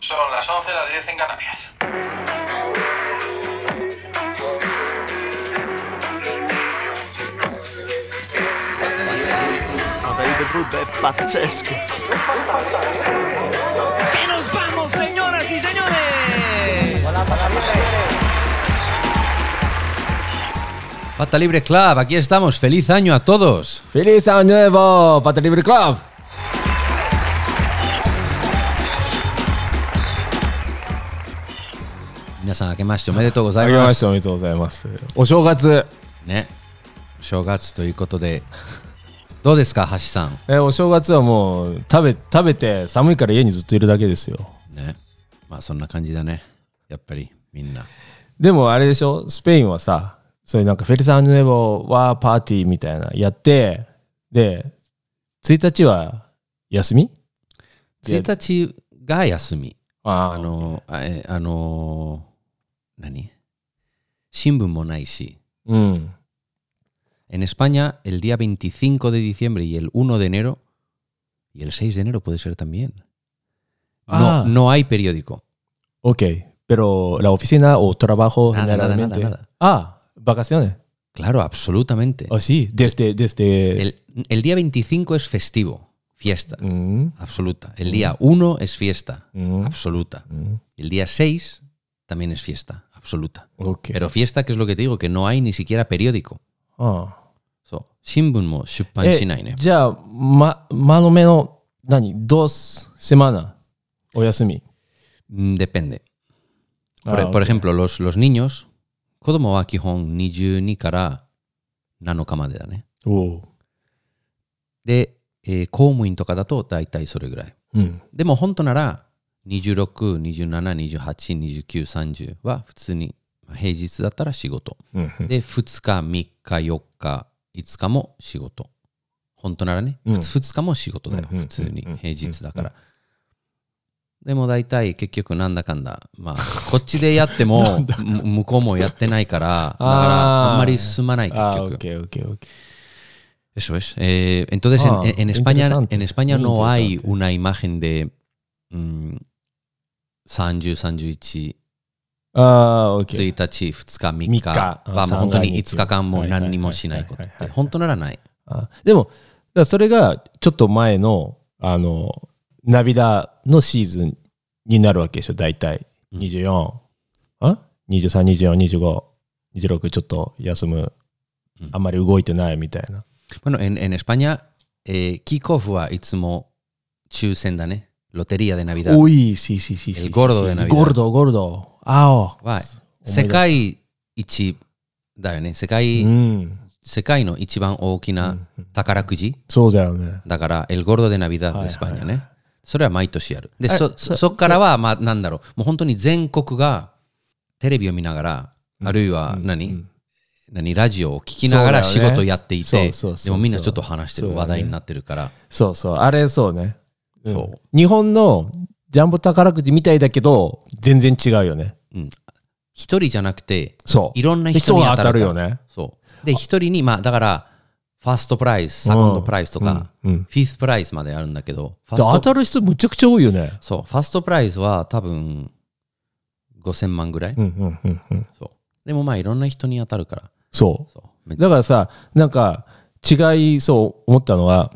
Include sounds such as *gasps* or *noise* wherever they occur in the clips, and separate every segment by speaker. Speaker 1: Son las 11, las 10 en Canarias.
Speaker 2: Avete pubbe è pazzesco.
Speaker 3: ¡Que nos vamos, señoras y señores!
Speaker 4: Pata Libre Club, aquí estamos. Feliz año a todos.
Speaker 5: ¡Feliz año nuevo, Pata Libre Club!
Speaker 4: 皆さん、明けましておめでとうござ
Speaker 5: あ
Speaker 4: い
Speaker 5: げま
Speaker 4: ま
Speaker 5: して
Speaker 4: す。
Speaker 5: おめでとうございます。お正月、
Speaker 4: ね。正月ということで、どうですか、橋さん。
Speaker 5: えお正月はもう食べ食べて寒いから家にずっといるだけですよ。
Speaker 4: ね。まあ、そんな感じだね。やっぱり、みんな。
Speaker 5: でもあれでしょ、スペインはさ、そういうなんかフェリスアニュエボはパーティーみたいなやって、で、1日は休み
Speaker 4: 1日が休み。
Speaker 5: あ
Speaker 4: あの、あえあのー何新聞もないし。
Speaker 5: うん。
Speaker 4: En España, el día 25 de diciembre y el 1 de enero, y el 6 de enero puede ser también. No,
Speaker 5: Ah.
Speaker 4: no hay periódico.
Speaker 5: Ok, pero la oficina o trabajo
Speaker 4: Nada, nada, nada,
Speaker 5: generalmente.
Speaker 4: nada.
Speaker 5: Ah, vacaciones.
Speaker 4: Claro, absolutamente.
Speaker 5: Ah, sí, desde. desde
Speaker 4: El, el día 25 es festivo, fiesta,
Speaker 5: Mm,
Speaker 4: absoluta. El día 1 es fiesta,
Speaker 5: mm,
Speaker 4: absoluta.
Speaker 5: mm.
Speaker 4: El día 6 también es fiesta, absoluta.
Speaker 5: Ok.
Speaker 4: Pero fiesta, que es lo que te digo, que no hay ni siquiera periódico.
Speaker 5: ああ
Speaker 4: So, 新聞も出版
Speaker 5: Eh,
Speaker 4: しないね。
Speaker 5: じゃあ、ま、まのめの、何、dos semana お休み。
Speaker 4: Mm, Depende. Por,
Speaker 5: Ah,
Speaker 4: por
Speaker 5: ok.
Speaker 4: ejemplo, los, los niños, Kodomo wa kihon 22から7日までだね。
Speaker 5: おお。
Speaker 4: で、えー公務員とかだと大体それぐらい。
Speaker 5: うん。
Speaker 4: でも本当なら26、27、28、29、30は普通にまあ平日だったら仕事。
Speaker 5: うんうん
Speaker 4: で、2日、3日、4日、5日も仕事。本当ならね、
Speaker 5: うん
Speaker 4: 2, 日も仕事だよ、
Speaker 5: うんうん
Speaker 4: 普通に
Speaker 5: うんうん。
Speaker 4: 平日だから。でも大体結局なんだかんだ、まあ、こっちでやって
Speaker 5: *laughs*
Speaker 4: もむ向こうもやってないから、だからあんまり進まない結
Speaker 5: ああ、オッ
Speaker 4: 局。
Speaker 5: ケーオッケーオッケ
Speaker 4: Eso es. Eh, entonces,
Speaker 5: Ah,
Speaker 4: en- en, en España,
Speaker 5: interesante,
Speaker 4: en España
Speaker 5: muy
Speaker 4: no hay
Speaker 5: interesante.
Speaker 4: una imagen de mm, Sanju, Sanjuichi,
Speaker 5: ー。ああ、オッケー。
Speaker 4: Tsuitachi, Futsuka,
Speaker 5: 三
Speaker 4: Mika.
Speaker 5: 日
Speaker 4: まあ、
Speaker 5: 三が
Speaker 4: 本当に
Speaker 5: 日
Speaker 4: 5日間も
Speaker 5: はいはい
Speaker 4: 何にもしないことっ
Speaker 5: はいはい
Speaker 4: て、
Speaker 5: はい
Speaker 4: 本当ならない。
Speaker 5: あでも、だからそれがちょっと前の、あの、涙のシーズンになるわけでしょ、大体。
Speaker 4: うん
Speaker 5: 24、あ ?23、24、25、26、ちょっと休む
Speaker 4: うん。
Speaker 5: あんまり動いてないみたいな。
Speaker 4: Bueno, en, en España, eh, Kickoff wa itsumo chusen da ne, lotería de Navidad.
Speaker 5: Uy, sí, sí, sí.
Speaker 4: El
Speaker 5: sí,
Speaker 4: gordo
Speaker 5: sí, sí.
Speaker 4: de Navidad.
Speaker 5: Gordo, gordo. Ao.
Speaker 4: Guay.
Speaker 5: Omega.
Speaker 4: 世界一だよね。世
Speaker 5: Mm,
Speaker 4: 界、
Speaker 5: mm,
Speaker 4: 世界の一番大きな
Speaker 5: mm.
Speaker 4: 宝くじ。
Speaker 5: そうだよね。
Speaker 4: だから、El Gordo de Navidad
Speaker 5: はい
Speaker 4: de
Speaker 5: はい
Speaker 4: España ね。それは毎年やる。で、
Speaker 5: え
Speaker 4: そ
Speaker 5: そ
Speaker 4: そっからは、まあ、なんだろう。もう本当に全国がテレビを見ながら、あるいは
Speaker 5: うんう
Speaker 4: 何
Speaker 5: ん、
Speaker 4: 何ラジオを聞きながら
Speaker 5: そ
Speaker 4: 仕
Speaker 5: うだよね
Speaker 4: 事をやってい
Speaker 5: そう
Speaker 4: て、
Speaker 5: そうそうそう
Speaker 4: でもみんなちょっと話して
Speaker 5: そ
Speaker 4: る
Speaker 5: うだ
Speaker 4: 話
Speaker 5: ね
Speaker 4: 題になってるから、
Speaker 5: そうそう。あれ、そうね。ん
Speaker 4: そう
Speaker 5: 日本のジャンボ宝くじみたいだけど、全然違うよね。
Speaker 4: うん一人じゃなくて、
Speaker 5: そう。
Speaker 4: いろんな人に当
Speaker 5: が当
Speaker 4: た
Speaker 5: た
Speaker 4: る
Speaker 5: る
Speaker 4: よ
Speaker 5: よ
Speaker 4: ね。
Speaker 5: ね。
Speaker 4: そう。で、一人に、まあ、だから、ファーストプライズ、セカンドプライズとか、
Speaker 5: うん。うんで
Speaker 4: フィフスプライズまであるんだけど、ファースト
Speaker 5: 当たる人むちゃくちゃ多いよね。
Speaker 4: そう、ファーストプライズは多分5000万ぐらい、
Speaker 5: うんうんうんうん。
Speaker 4: そう。でもまあいろんな人に当たるから。
Speaker 5: そう。
Speaker 4: そう。めっちゃ
Speaker 5: だからさ、なんか違い、そう思ったのは、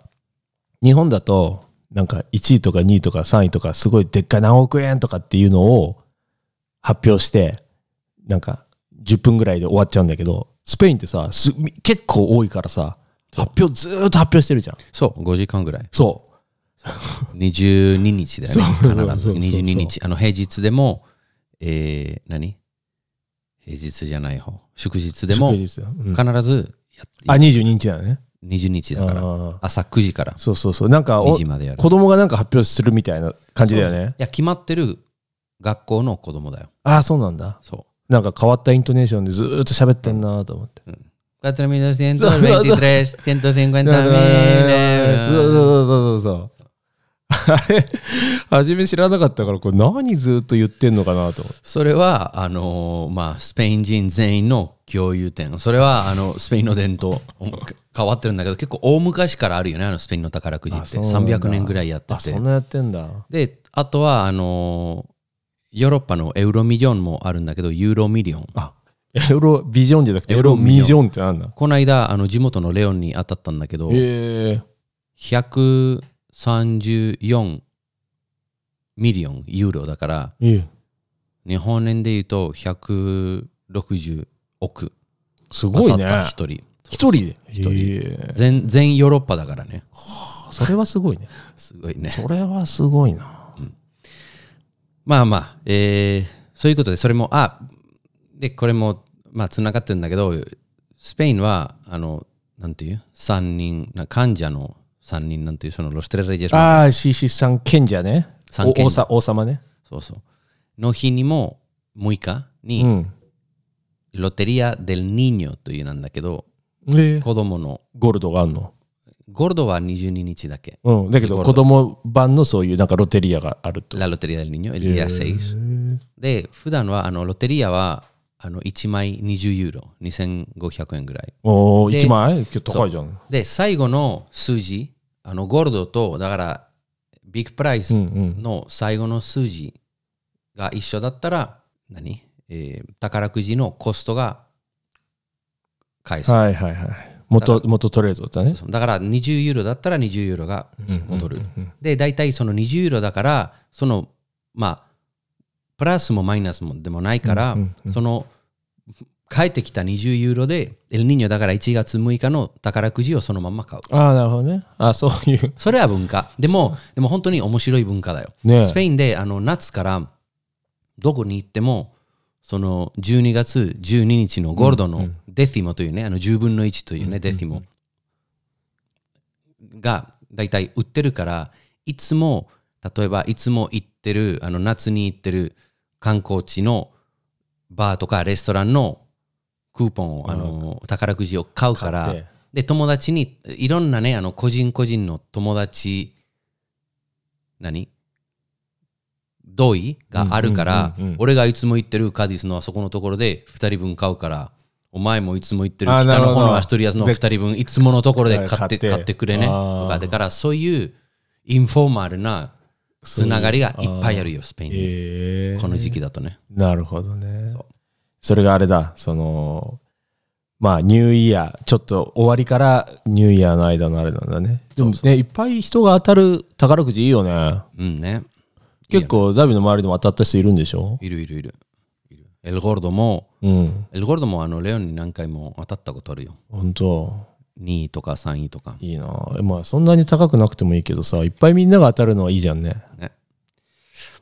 Speaker 5: 日本だと、なんか1位とか2位とか3位とか、すごいでっかい何億円とかっていうのを発表して、なんか10分ぐらいで終わっちゃうんだけど、スペインってさ、す結構多いからさ、発表ずーっと発表してるじゃん。
Speaker 4: そう、5時間ぐらい。
Speaker 5: そう。
Speaker 4: 22日だよね。
Speaker 5: そうそう
Speaker 4: 必ず。
Speaker 5: そうそう
Speaker 4: 22日。あの平日でも、えー、何平日じゃない方。祝日でも
Speaker 5: 祝
Speaker 4: 必
Speaker 5: 日だようん
Speaker 4: ず
Speaker 5: あ、
Speaker 4: やっ
Speaker 5: 22日だよね。
Speaker 4: 20日だ
Speaker 5: あ
Speaker 4: から。
Speaker 5: ー
Speaker 4: 朝9時から
Speaker 5: そうそうそう。なんか
Speaker 4: 2
Speaker 5: お
Speaker 4: 時までやる。
Speaker 5: 子供がなんか発表するみたいな感じだよね。
Speaker 4: いや、決まってる学校の子供だよ。
Speaker 5: ああ、そうなんだ。
Speaker 4: そう。
Speaker 5: なんか変わったイントネーションでずーっと喋ってんなーと思って。
Speaker 4: 4.223, 150
Speaker 5: そう
Speaker 4: 000
Speaker 5: そうそうそうそう。あれ、初め知らなかったから、これ何ずっと言ってんのかなと思って。
Speaker 4: それはあのーまあスペイン人全員の共有点それはあのスペインの伝統変わってるんだけど結構大昔からあるよねあのスペインの宝くじって300年ぐらいやって
Speaker 5: あ、そ
Speaker 4: て
Speaker 5: んなやってんだ。
Speaker 4: であとはあのーヨーロッパのエウロミリオンもあるんだけど、ユーロミリオン。
Speaker 5: あ、エロビジョンじゃなくてエロミジョンってなんだ
Speaker 4: この間、あの地元のレオンに当たったんだけど、
Speaker 5: ええ
Speaker 4: 134ミリオンユーロだから、
Speaker 5: ええ
Speaker 4: 日本円で言うと160億。
Speaker 5: す
Speaker 4: 当
Speaker 5: ご
Speaker 4: た
Speaker 5: い
Speaker 4: っ
Speaker 5: ね。
Speaker 4: た一人。
Speaker 5: 一人で
Speaker 4: 一人
Speaker 5: ええ
Speaker 4: 全全ヨーロッパだからね。
Speaker 5: それはすごいね。
Speaker 4: すごいね。
Speaker 5: それはすごいな。
Speaker 4: まあまあ、えーそういうことで、それも、あで、これも、まあ、つながってるんだけど、スペインは、あの、なんていう、三人、な患者の三人、なんていう、その、ロステレレジェス
Speaker 5: ああ、シシさん賢者ね。
Speaker 4: さん賢者
Speaker 5: お王さ王様ね。
Speaker 4: そうそう、の日にも、6日に、
Speaker 5: うん。
Speaker 4: ロテリア・デル・ニーニョというなんだけど、
Speaker 5: ええ
Speaker 4: 子供の、
Speaker 5: ゴールドがあるの。
Speaker 4: ゴールドは22日だけ、
Speaker 5: うん。だけ
Speaker 4: ゴー
Speaker 5: ど
Speaker 4: ル
Speaker 5: 子
Speaker 4: ド
Speaker 5: 供版のそういうなんかロテリアがあると。
Speaker 4: ラ・ロテリア・デル・ニーニョ、エル・ディア・セイス。で、普段は、あの、ロテリアは、あの、1枚20ユーロ、2500円ぐらい。
Speaker 5: おお、
Speaker 4: で
Speaker 5: 一枚今日高いじゃん。
Speaker 4: で、最後の数字、あのゴールドと、だから、ビッグプライス
Speaker 5: うんうん。
Speaker 4: の最後の数字が一緒だったら、何、えー宝くじのコストが返す。
Speaker 5: はいはいはい。元元取れるぞだね。
Speaker 4: だから、20ユーロだったら20ユーロが戻る。で、大体その20ユーロだから、その、まあ、プラスもマイナスもでもないから、
Speaker 5: うんうんうん
Speaker 4: その、帰ってきた20ユーロで、エルニーニョだから1月6日の宝くじをそのまんま買う。
Speaker 5: ああ、なるほどね。あそういう。
Speaker 4: それは文化。でも、でも本当に面白い文化だよ。
Speaker 5: ねえ
Speaker 4: スペインであの夏からどこに行っても、その12月12日のゴールド
Speaker 5: うんう
Speaker 4: の
Speaker 5: ん
Speaker 4: デシモというね、あの10分の1というね、デシモがだいたい売ってるから、いつも、例えばいつも行ってる、あの夏に行ってる観光地のバーとかレストランのクーポンを、あの宝くじを買うから、
Speaker 5: 買って
Speaker 4: で友達にいろんなねあの個人個人の友達何同意があるから、
Speaker 5: うんうんうんうん
Speaker 4: 俺がいつも行ってるカディスのあそこのところで2人分買うからお前もいつも行ってる
Speaker 5: あー
Speaker 4: 北
Speaker 5: なる
Speaker 4: の
Speaker 5: ほど
Speaker 4: 方のアストリアスの2人分いつものところで買って
Speaker 5: 買って
Speaker 4: 買ってくれね
Speaker 5: あー
Speaker 4: とかだからそういうインフォーマルなつながりがいっぱいあるよスペインに
Speaker 5: ええ
Speaker 4: この時期だとね
Speaker 5: なるほどね
Speaker 4: そう。
Speaker 5: それがあれだ、その、まあ、ニューイヤー、ちょっと終わりからニューイヤーの間のあれなんだね。でもね、いっぱい人が当たる宝くじいいよね。
Speaker 4: うんね
Speaker 5: 結構、ダビの周りでも当たった人いるんでしょ
Speaker 4: いるいるいるいるエルゴルドも
Speaker 5: うん。
Speaker 4: エルゴルドもあのレオンに何回も当たったことあるよ
Speaker 5: 本当
Speaker 4: 2位とか3位とか、
Speaker 5: いいなまあ、そんなに高くなくてもいいけどさ、いっぱいみんなが当たるのはいいじゃんね。
Speaker 4: ¿eh?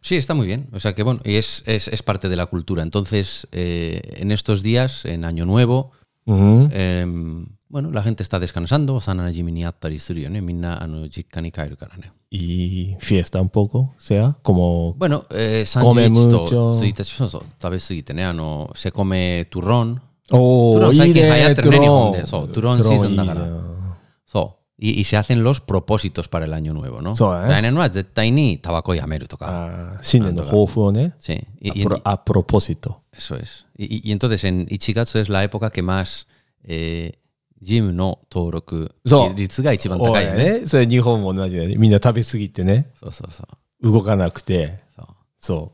Speaker 4: Sí, está muy bien. O sea que bueno, y es, es, es parte de la cultura. Entonces, eh, en estos días, en Año Nuevo,
Speaker 5: うん。
Speaker 4: eh, bueno, la gente está descansando. Sana Jimini Attari Suryo, ¿eh? Minna Ano Jikkani Kairu Kara, ¿eh?
Speaker 5: いい、フィエスタンポコ、せや、como
Speaker 4: Bueno, eh,
Speaker 5: Come
Speaker 4: sándwich to
Speaker 5: mucho.
Speaker 4: suite- so- so- tabe suite, ¿eh? Ano, se come turrón. トゥ
Speaker 5: お
Speaker 4: ロ
Speaker 5: お、
Speaker 4: ン
Speaker 5: いい
Speaker 4: 最近流行
Speaker 5: ね
Speaker 4: っ、て
Speaker 5: ト
Speaker 4: る
Speaker 5: ゥ
Speaker 4: ね
Speaker 5: ロ
Speaker 4: 日本で
Speaker 5: ン。
Speaker 4: そうトゥロン
Speaker 5: トゥ
Speaker 4: シーズンだから
Speaker 5: いいな
Speaker 4: So, y, y se hacen los propósitos para el Año Nuevo, ¿no?
Speaker 5: So, ¿eh? Ah.
Speaker 4: La Año Nuevo es Zettai ni Tabako Yameru とか。
Speaker 5: あー新年の抱負をね。
Speaker 4: Sí.
Speaker 5: あ
Speaker 4: Y, y-
Speaker 5: プロあプロポシト。
Speaker 4: Eso es. Y, y- y entonces en Ichigatsu es la época que más eh, gym no toroku
Speaker 5: そう。
Speaker 4: 率が一番高いよね。
Speaker 5: ね。それ日本も同じだよね。みんな食べ過ぎてね、
Speaker 4: そうそうそう
Speaker 5: 動かなくて、
Speaker 4: そう。
Speaker 5: そ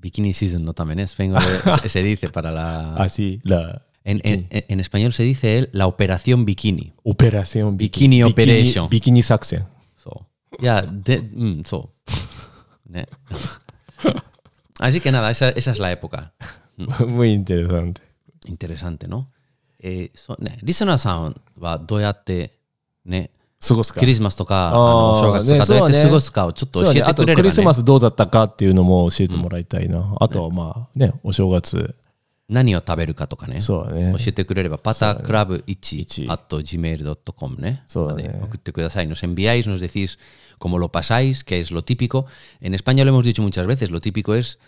Speaker 4: ビキニシーズンのためね、スペイン語で se- se dice para
Speaker 5: う、
Speaker 4: la.
Speaker 5: 足、ら、
Speaker 4: En, en, en español se dice el- la operación bikini.
Speaker 5: オペラション、
Speaker 4: ビキニオペレーション
Speaker 5: ビキニビキニ作戦。
Speaker 4: そう。いや、で、うん、 *laughs* そう。ね。Así que nada, esa, esa es la época.
Speaker 5: *laughs* muy interesante.
Speaker 4: Interesante, ¿no? Eh, so, ね、リスナーさんはどうやってね、
Speaker 5: 過ごすか。
Speaker 4: クリスマスとか、あの正
Speaker 5: あー
Speaker 4: 月とか、
Speaker 5: ね
Speaker 4: どうやっ
Speaker 5: そう
Speaker 4: て
Speaker 5: ね
Speaker 4: 過ごすかをちょっと
Speaker 5: そ
Speaker 4: 教
Speaker 5: う
Speaker 4: え
Speaker 5: だ
Speaker 4: て
Speaker 5: ね
Speaker 4: くれれば、ね
Speaker 5: あとクリスマスどうだったかっていうのも教えてもらいたいな。あとはまあね、お正月。
Speaker 4: 何を食べるかとかね、教
Speaker 5: そうだね。
Speaker 4: えてくれれば、パタークラブ
Speaker 5: 一
Speaker 4: 1、あと gmail.com ね、
Speaker 5: そうだ
Speaker 4: ま
Speaker 5: ね
Speaker 4: で送ってください。Nos enviáis, nos decís cómo lo pasáis, qué es lo típico. En España lo hemos dicho muchas veces, lo típico es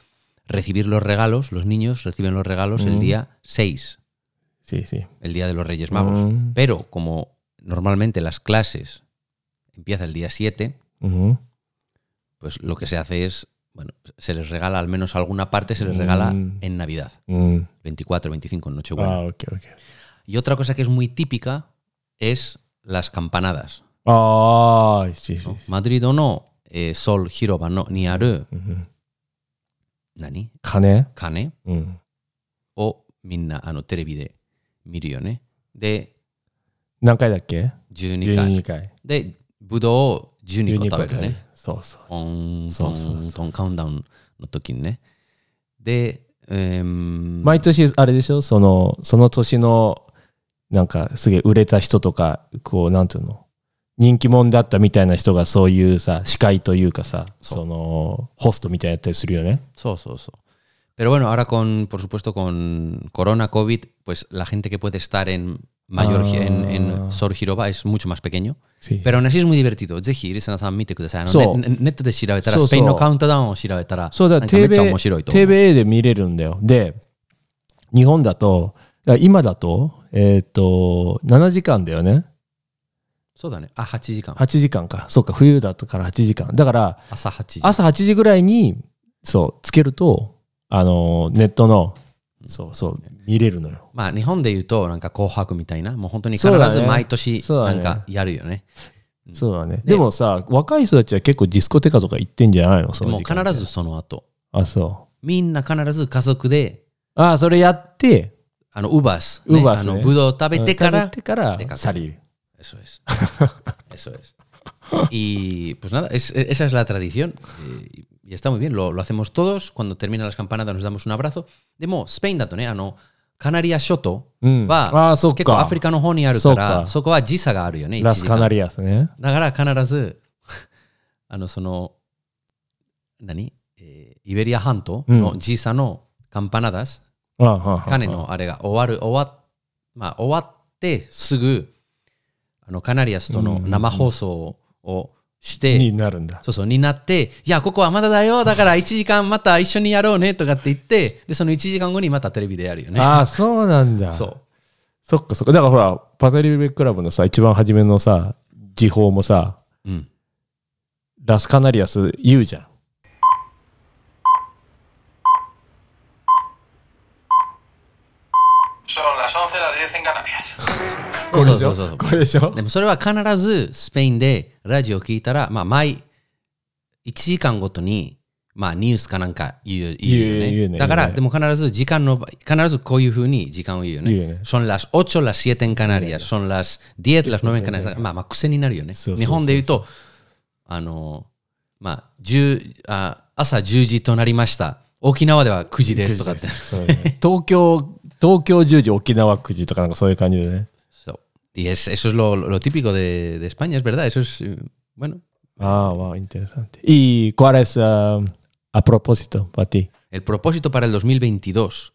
Speaker 4: recibir los regalos, los niños reciben los regalos
Speaker 5: Mm.
Speaker 4: el día 6,
Speaker 5: Sí, sí.
Speaker 4: el día de los Reyes Magos.
Speaker 5: Mm.
Speaker 4: Pero como normalmente las clases empieza el día 7,
Speaker 5: うん
Speaker 4: pues lo que se hace es, bueno, se les regala al menos alguna parte, se les regala
Speaker 5: Mm.
Speaker 4: en Navidad,
Speaker 5: うん。
Speaker 4: 24, 25, en Nochebuena.
Speaker 5: ああ、オッケーオッケー。
Speaker 4: Y otra cosa que es muy típica es las campanadas.
Speaker 5: ああ、sí, sí.
Speaker 4: eh, Madrid o no, Sol Hiroba no, ni Aru, 何
Speaker 5: 金
Speaker 4: 金
Speaker 5: うん。
Speaker 4: をみんなあのテレビで見るよね。で、
Speaker 5: 何回だっけ
Speaker 4: 12回。
Speaker 5: ?12 回。
Speaker 4: で、ブドウを12個食べるね。
Speaker 5: そうそう。
Speaker 4: ポン、
Speaker 5: そ
Speaker 4: ポ
Speaker 5: うそうそう
Speaker 4: ン、ポン、カウンダウンの時にね。で、えーん
Speaker 5: 毎年あれでしょその、その年の、なんかすげえ売れた人とか、こう、なんていうの人気者だったみたいな人がそういうさ、司会というかさ、
Speaker 4: そう
Speaker 5: その、ホストみたいなやったりするよね。
Speaker 4: So, so, so. Pero bueno, ahora con, por supuesto, con Corona, COVID, pues la gente que puede estar en mayor
Speaker 5: Ah.
Speaker 4: en, en Sor Hiroba es mucho más pequeño.
Speaker 5: そう
Speaker 4: Pero aún así es muy divertido. ぜひ、リスナーさん見てください。あの
Speaker 5: そう
Speaker 4: ねねネットで調べたら、
Speaker 5: そうそう
Speaker 4: スペインのカウントダウンを調べたら、
Speaker 5: そうだ、
Speaker 4: なんかめっちゃ
Speaker 5: TV
Speaker 4: 面白いと思う。
Speaker 5: TVA で見れるんだよ。で、日本だと、だから今だと、えっ、と、7時間だよね。
Speaker 4: そうだね。あ、8時間。
Speaker 5: 8時間か。そうか、冬だったから8時間。だから、
Speaker 4: 朝8時。
Speaker 5: 朝8時ぐらいに、そう、つけると、あの、ネットの、そうそう、見れるのよ。
Speaker 4: まあ、日本で言うと、なんか紅白みたいな、もう本当に必
Speaker 5: そうだね
Speaker 4: ず毎年、
Speaker 5: そうだ
Speaker 4: な
Speaker 5: ね
Speaker 4: んかやるよね。
Speaker 5: そうだね。でもさ、若い人たちは結構ディスコテカとか行ってんじゃないのそ
Speaker 4: で
Speaker 5: の
Speaker 4: も
Speaker 5: 時間
Speaker 4: 必ず。その後、
Speaker 5: あ、そ
Speaker 4: みんな必ず家族で、
Speaker 5: う。あ、それやって、
Speaker 4: あの、ウバス、
Speaker 5: ウバスね
Speaker 4: あの、ブドウ食べてか
Speaker 5: 食
Speaker 4: ら
Speaker 5: べ、てから
Speaker 4: 出かける
Speaker 5: 去り。
Speaker 4: Eso es. *laughs* Eso es. Y pues nada, es- esa es la tradición. eh, y está muy bien, lo, lo hacemos todos. Cuando terminan las campanadas nos damos un abrazo. De mo, Spain だとね、あの、カナリア諸島
Speaker 5: うん。
Speaker 4: は、
Speaker 5: あ、そっ
Speaker 4: 結構アフリ
Speaker 5: か。
Speaker 4: カの方にある
Speaker 5: そう
Speaker 4: か、
Speaker 5: から
Speaker 4: そこは時差があるよね。
Speaker 5: ラスカナ
Speaker 4: リ
Speaker 5: リアスね。
Speaker 4: だから必ず、あの、その、何、えーイベリア半島
Speaker 5: う
Speaker 4: の
Speaker 5: ん
Speaker 4: 時差のカンパナダス、
Speaker 5: うんうんうんうん
Speaker 4: 彼のあれが終わる、終わっ,、まあ、終わってすぐあのカナリアスとの生放送をして、
Speaker 5: になるんだ。
Speaker 4: そうそうになって、いや、ここはまだだよ、だから1時間また一緒にやろうねとかって言って、でその1時間後にまたテレビでやるよね。
Speaker 5: ああ、そうなんだ。
Speaker 4: そう。
Speaker 5: そっかそっか。だからほら、パタリベクラブのさ、一番初めのさ、時報もさ、
Speaker 4: うん、
Speaker 5: ラスカナリアス言うじゃん。
Speaker 1: Son las 11, las 10 en Canarias.
Speaker 5: これでし
Speaker 4: そうそうそ
Speaker 5: ょ
Speaker 4: う
Speaker 5: これでしょ
Speaker 4: でもそれは必ずスペインでラジオ聞いたら、まあ、毎1時間ごとに、まあ、ニュースかなんか言う言うよね
Speaker 5: 言う言うね
Speaker 4: だから、
Speaker 5: 言う
Speaker 4: でも必ず時間の場合必ずこういうふうに時間を言うよね。
Speaker 5: 言うよね
Speaker 4: son las 8, las 7 en Canarias, son las 10, las 9 en Canarias. まあまあ癖になるよね。
Speaker 5: そうそうそうそう
Speaker 4: 日本で言うと、あの、まあ、10あ朝10時となりました。沖縄では9時ですとかって。
Speaker 5: そうね東京、東京10時、沖縄9時とかなんかそういう感じでね。
Speaker 4: So, y es, eso es lo, lo típico de, de España, es verdad. Eso es, eh, bueno,
Speaker 5: ああ、わあ、インテレサンテ。いい、これさ、あ、プロポジト、バティ。
Speaker 4: El propósito para el 2022.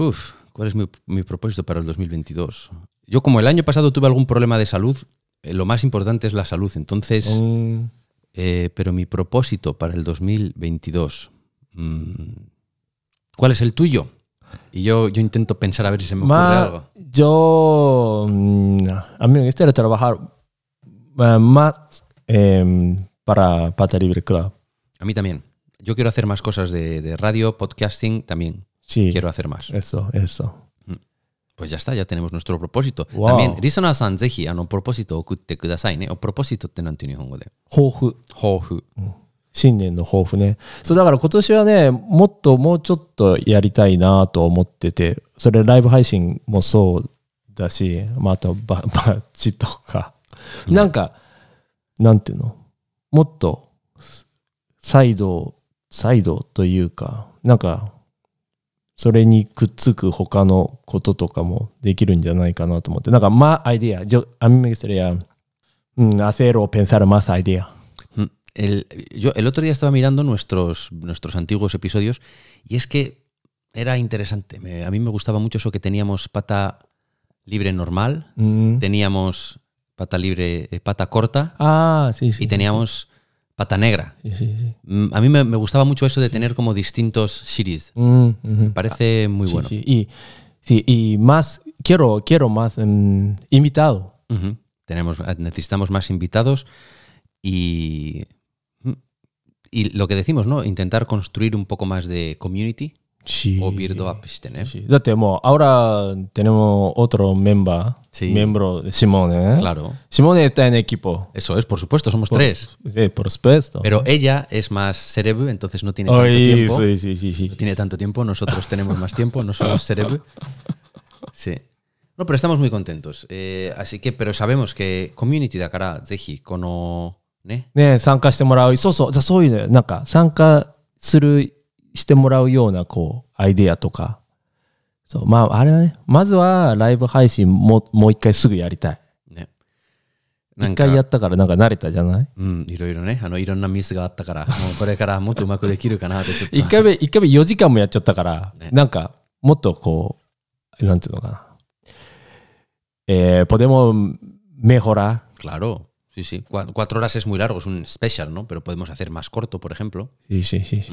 Speaker 4: Uf, ¿cuál es mi, mi propósito para el 2022? Yo como el año pasado tuve algún problema de salud, eh, lo más importante es la salud. Entonces,
Speaker 5: うん。
Speaker 4: eh, pero mi propósito para el 2022, mm, ¿cuál es el tuyo? Y yo, yo intento pensar a ver si se me ocurre
Speaker 5: ま
Speaker 4: algo.
Speaker 5: あ、yo, mm, a mí me gustaría trabajar eh, más eh, para Pata Libre Club.
Speaker 4: A mí también. Yo quiero hacer más cosas de, de radio, podcasting, también.
Speaker 5: Sí,
Speaker 4: Quiero hacer más.
Speaker 5: eso, eso.
Speaker 4: Pues ya está, ya tenemos nuestro propósito.
Speaker 5: Wow.
Speaker 4: También, Rizona San, Zeji, a no propósito, okute kudasai, ¿eh? O propósito te nanti nihongo de.
Speaker 5: 抱負。
Speaker 4: Hofu.
Speaker 5: 新年の抱負ね。そう、だから今年はね、もっともうちょっとやりたいなと思ってて、それライブ配信もそうだし、まあ、あと *laughs* バ、バッチとか。なんか、なんていうのもっと、再度、再度というか、なんか、それにくっつく他のこととかもできるんじゃないかなと思って。なんか、まあ、アイディア。yo- a mí me gustaría, mm, hacer o pensar más idea.
Speaker 4: Mm. El, yo el otro día estaba mirando nuestros, nuestros antiguos episodios y es que era interesante. Me- a mí me gustaba mucho eso que teníamos pata libre normal,
Speaker 5: Mm.
Speaker 4: teníamos pata libre, eh, pata corta
Speaker 5: Ah, sí, sí.
Speaker 4: y teníamos pata negra.
Speaker 5: Sí, sí, sí.
Speaker 4: Mm, A mí me, me gustaba mucho eso de tener como distintos series.
Speaker 5: Mm, ujú.
Speaker 4: Me parece muy
Speaker 5: Sí,
Speaker 4: bueno.
Speaker 5: sí. Y, sí, y más, quiero, quiero más em, invitado.
Speaker 4: Ujú. Tenemos, ah, necesitamos más invitados mm, y, y lo que decimos, ¿no? Intentar construir un poco más de community
Speaker 5: Sí.
Speaker 4: をビルドアップしてね。
Speaker 5: Sí. Date, mo, ahora tenemos otro member,
Speaker 4: Sí.
Speaker 5: miembro de Simone. ¿eh?
Speaker 4: Claro.
Speaker 5: Simone está en equipo.
Speaker 4: Eso es, por supuesto, somos tres.
Speaker 5: Sí, por supuesto.
Speaker 4: Pero ella es más cerebro, entonces no tiene tanto
Speaker 5: Ay,
Speaker 4: tiempo.
Speaker 5: sí, sí, sí, sí.
Speaker 4: No tiene tanto tiempo, nosotros tenemos más tiempo, no somos
Speaker 5: *laughs*
Speaker 4: cerebro. Sí. No, pero estamos muy contentos. Eh, así que, pero sabemos queコミュニティだから、ぜひ、この、ね、
Speaker 5: ね、参加してもらう。そうそう、だそういうのよなんか、参加する、してもらうような、こう、アイデアとか。そう、まあ、あれだね。まずは、ライブ配信も、もう一回すぐやりたい。
Speaker 4: ね。なん
Speaker 5: 一
Speaker 4: か
Speaker 5: 回やったから、なんか慣れたじゃない
Speaker 4: うん、いろいろね、あの、いろんなミスがあったから、もうこれからもっとうまくできるかなって、ちょっと。
Speaker 5: 一回 *laughs* 目、一回目4時間もやっちゃったから、
Speaker 4: ね
Speaker 5: なんか、もっとこう、なんていうのかな。えー、ポデモメホラ
Speaker 4: Claro, sí, sí. Cua- Cuatro horas es muy largo, es un special, ¿no? Pero podemos hacer más corto, por ejemplo.
Speaker 5: ー。ししし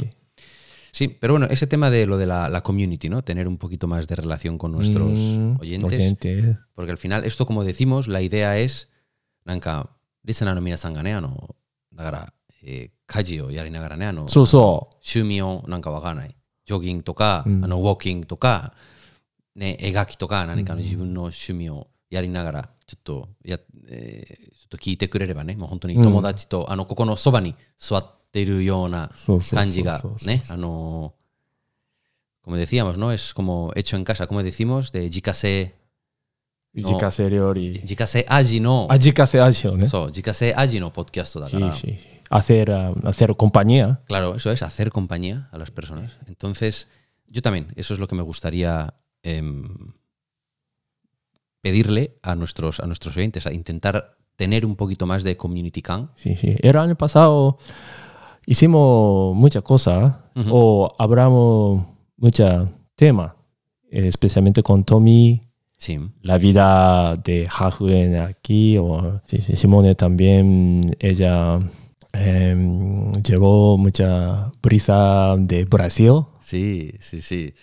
Speaker 4: Sí, pero bueno, ese tema de lo de la, la community, ¿no? Tener un poquito más de relación con nuestros
Speaker 5: Mm,
Speaker 4: oyentes. Porque al final, esto como decimos, la idea es, nanka, listener no minasan ga ne, ano, dagara, eh, kaji o yarinagara ne, ano,
Speaker 5: そうそう。
Speaker 4: 趣味をなんかわからない。ジョギングとか、
Speaker 5: うん
Speaker 4: あのウォーキングとか、ね、絵描きとか何かの自分の趣味をやりながら、ちょっとや、えーちょっと聞いてくれればね、もう本当に友達と、あの、ここのそばに座っているような
Speaker 5: そうそうそうそう
Speaker 4: 感じがね、あのー ¿eh? como decíamos, ¿no? Es como hecho en casa, como decimos, de jikase,
Speaker 5: 自家製料理。
Speaker 4: jikase aji ¿eh? no,
Speaker 5: あ、自家製アジオね。
Speaker 4: そう、jikase aji no podcast だ
Speaker 5: Sí,
Speaker 4: から。
Speaker 5: sí, sí. Hacer, ah, hacer compañía.
Speaker 4: Claro, eso es hacer compañía a las personas. Entonces, yo también, eso es lo que me gustaría em, pedirle a nuestros, a nuestros oyentes, a intentar tener un poquito más de community can.
Speaker 5: Sí, sí. El año pasado hicimos muchas cosas
Speaker 4: Ujú.
Speaker 5: o hablamos muchos temas, eh, especialmente con Tommy,
Speaker 4: Sí,
Speaker 5: la vida de Hajuen aquí, o sí, sí, Simone también, ella em, llevó mucha brisa de Brasil.
Speaker 4: sí, sí, *laughs* sí.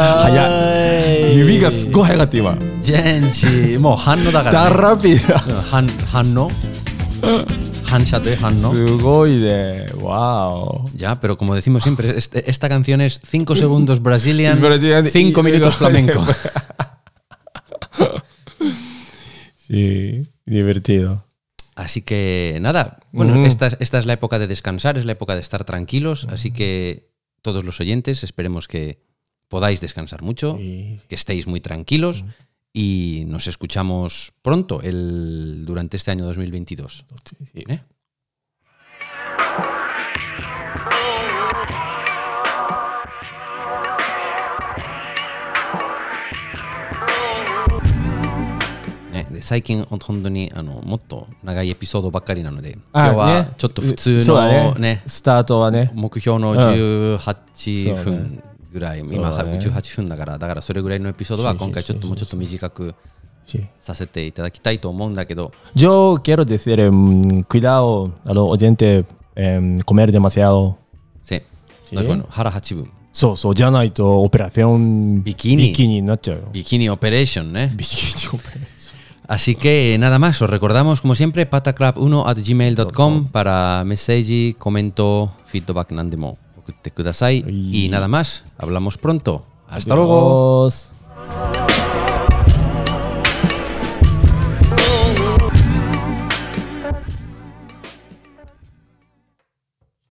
Speaker 4: ¡Brasil!
Speaker 5: ごい早かった今
Speaker 4: ¡Genchi! Mo, hanno da
Speaker 5: だ
Speaker 4: gara.
Speaker 5: らびだ
Speaker 4: Eh, Han,
Speaker 5: *gasps*
Speaker 4: hanno. Hansha de hanno.
Speaker 5: すごいねわお
Speaker 4: Ya, pero como decimos siempre, este- esta canción es
Speaker 5: *laughs*
Speaker 4: 5 segundos
Speaker 5: Es Brazilian
Speaker 4: Brazilian,
Speaker 5: y-
Speaker 4: 5
Speaker 5: y- *laughs*
Speaker 4: minutos flamenco.
Speaker 5: Sí, divertido.
Speaker 4: Así que nada, bueno,
Speaker 5: Ujú.
Speaker 4: esta, es- esta es la época de descansar, es la época de estar tranquilos, así que todos los oyentes esperemos que podáis descansar mucho,
Speaker 5: Y-
Speaker 4: que estéis muy
Speaker 5: Mm.
Speaker 4: tranquilos y nos escuchamos pronto el, durante este año 2022. ¿eh? ¿eh? de Saikin, honestamente, ano, motto, nagai episodio ばっかりなので、今日はちょっと普通
Speaker 5: そうだ
Speaker 4: の
Speaker 5: ね
Speaker 4: ね、
Speaker 5: スタートはね。
Speaker 4: 目標の
Speaker 5: うん
Speaker 4: 18
Speaker 5: そうね
Speaker 4: 分ぐらい、
Speaker 5: そ
Speaker 4: 今
Speaker 5: うだね
Speaker 4: 18分だからだからそれぐらいのエピソードは
Speaker 5: そうそう
Speaker 4: 今回ちょっと
Speaker 5: そうそう
Speaker 4: もうちょっと短く
Speaker 5: Sí.
Speaker 4: させていただきたいと思うんだけど
Speaker 5: Yo quiero decir, em, cuidado a los oyentes, em, comer demasiado.
Speaker 4: せ
Speaker 5: し
Speaker 4: 私はあの腹8分
Speaker 5: So, so, ya no hay to operación
Speaker 4: Bikini.
Speaker 5: bikini, no chao.
Speaker 4: ビキニオペレーションね
Speaker 5: Bikini operation.
Speaker 4: Así que nada más, os recordamos como siempre pataclub1 at gmail.com para mensaje, comento, feedback, nandemo. Y nada más, hablamos pronto. Hasta luego.
Speaker 5: Adiós.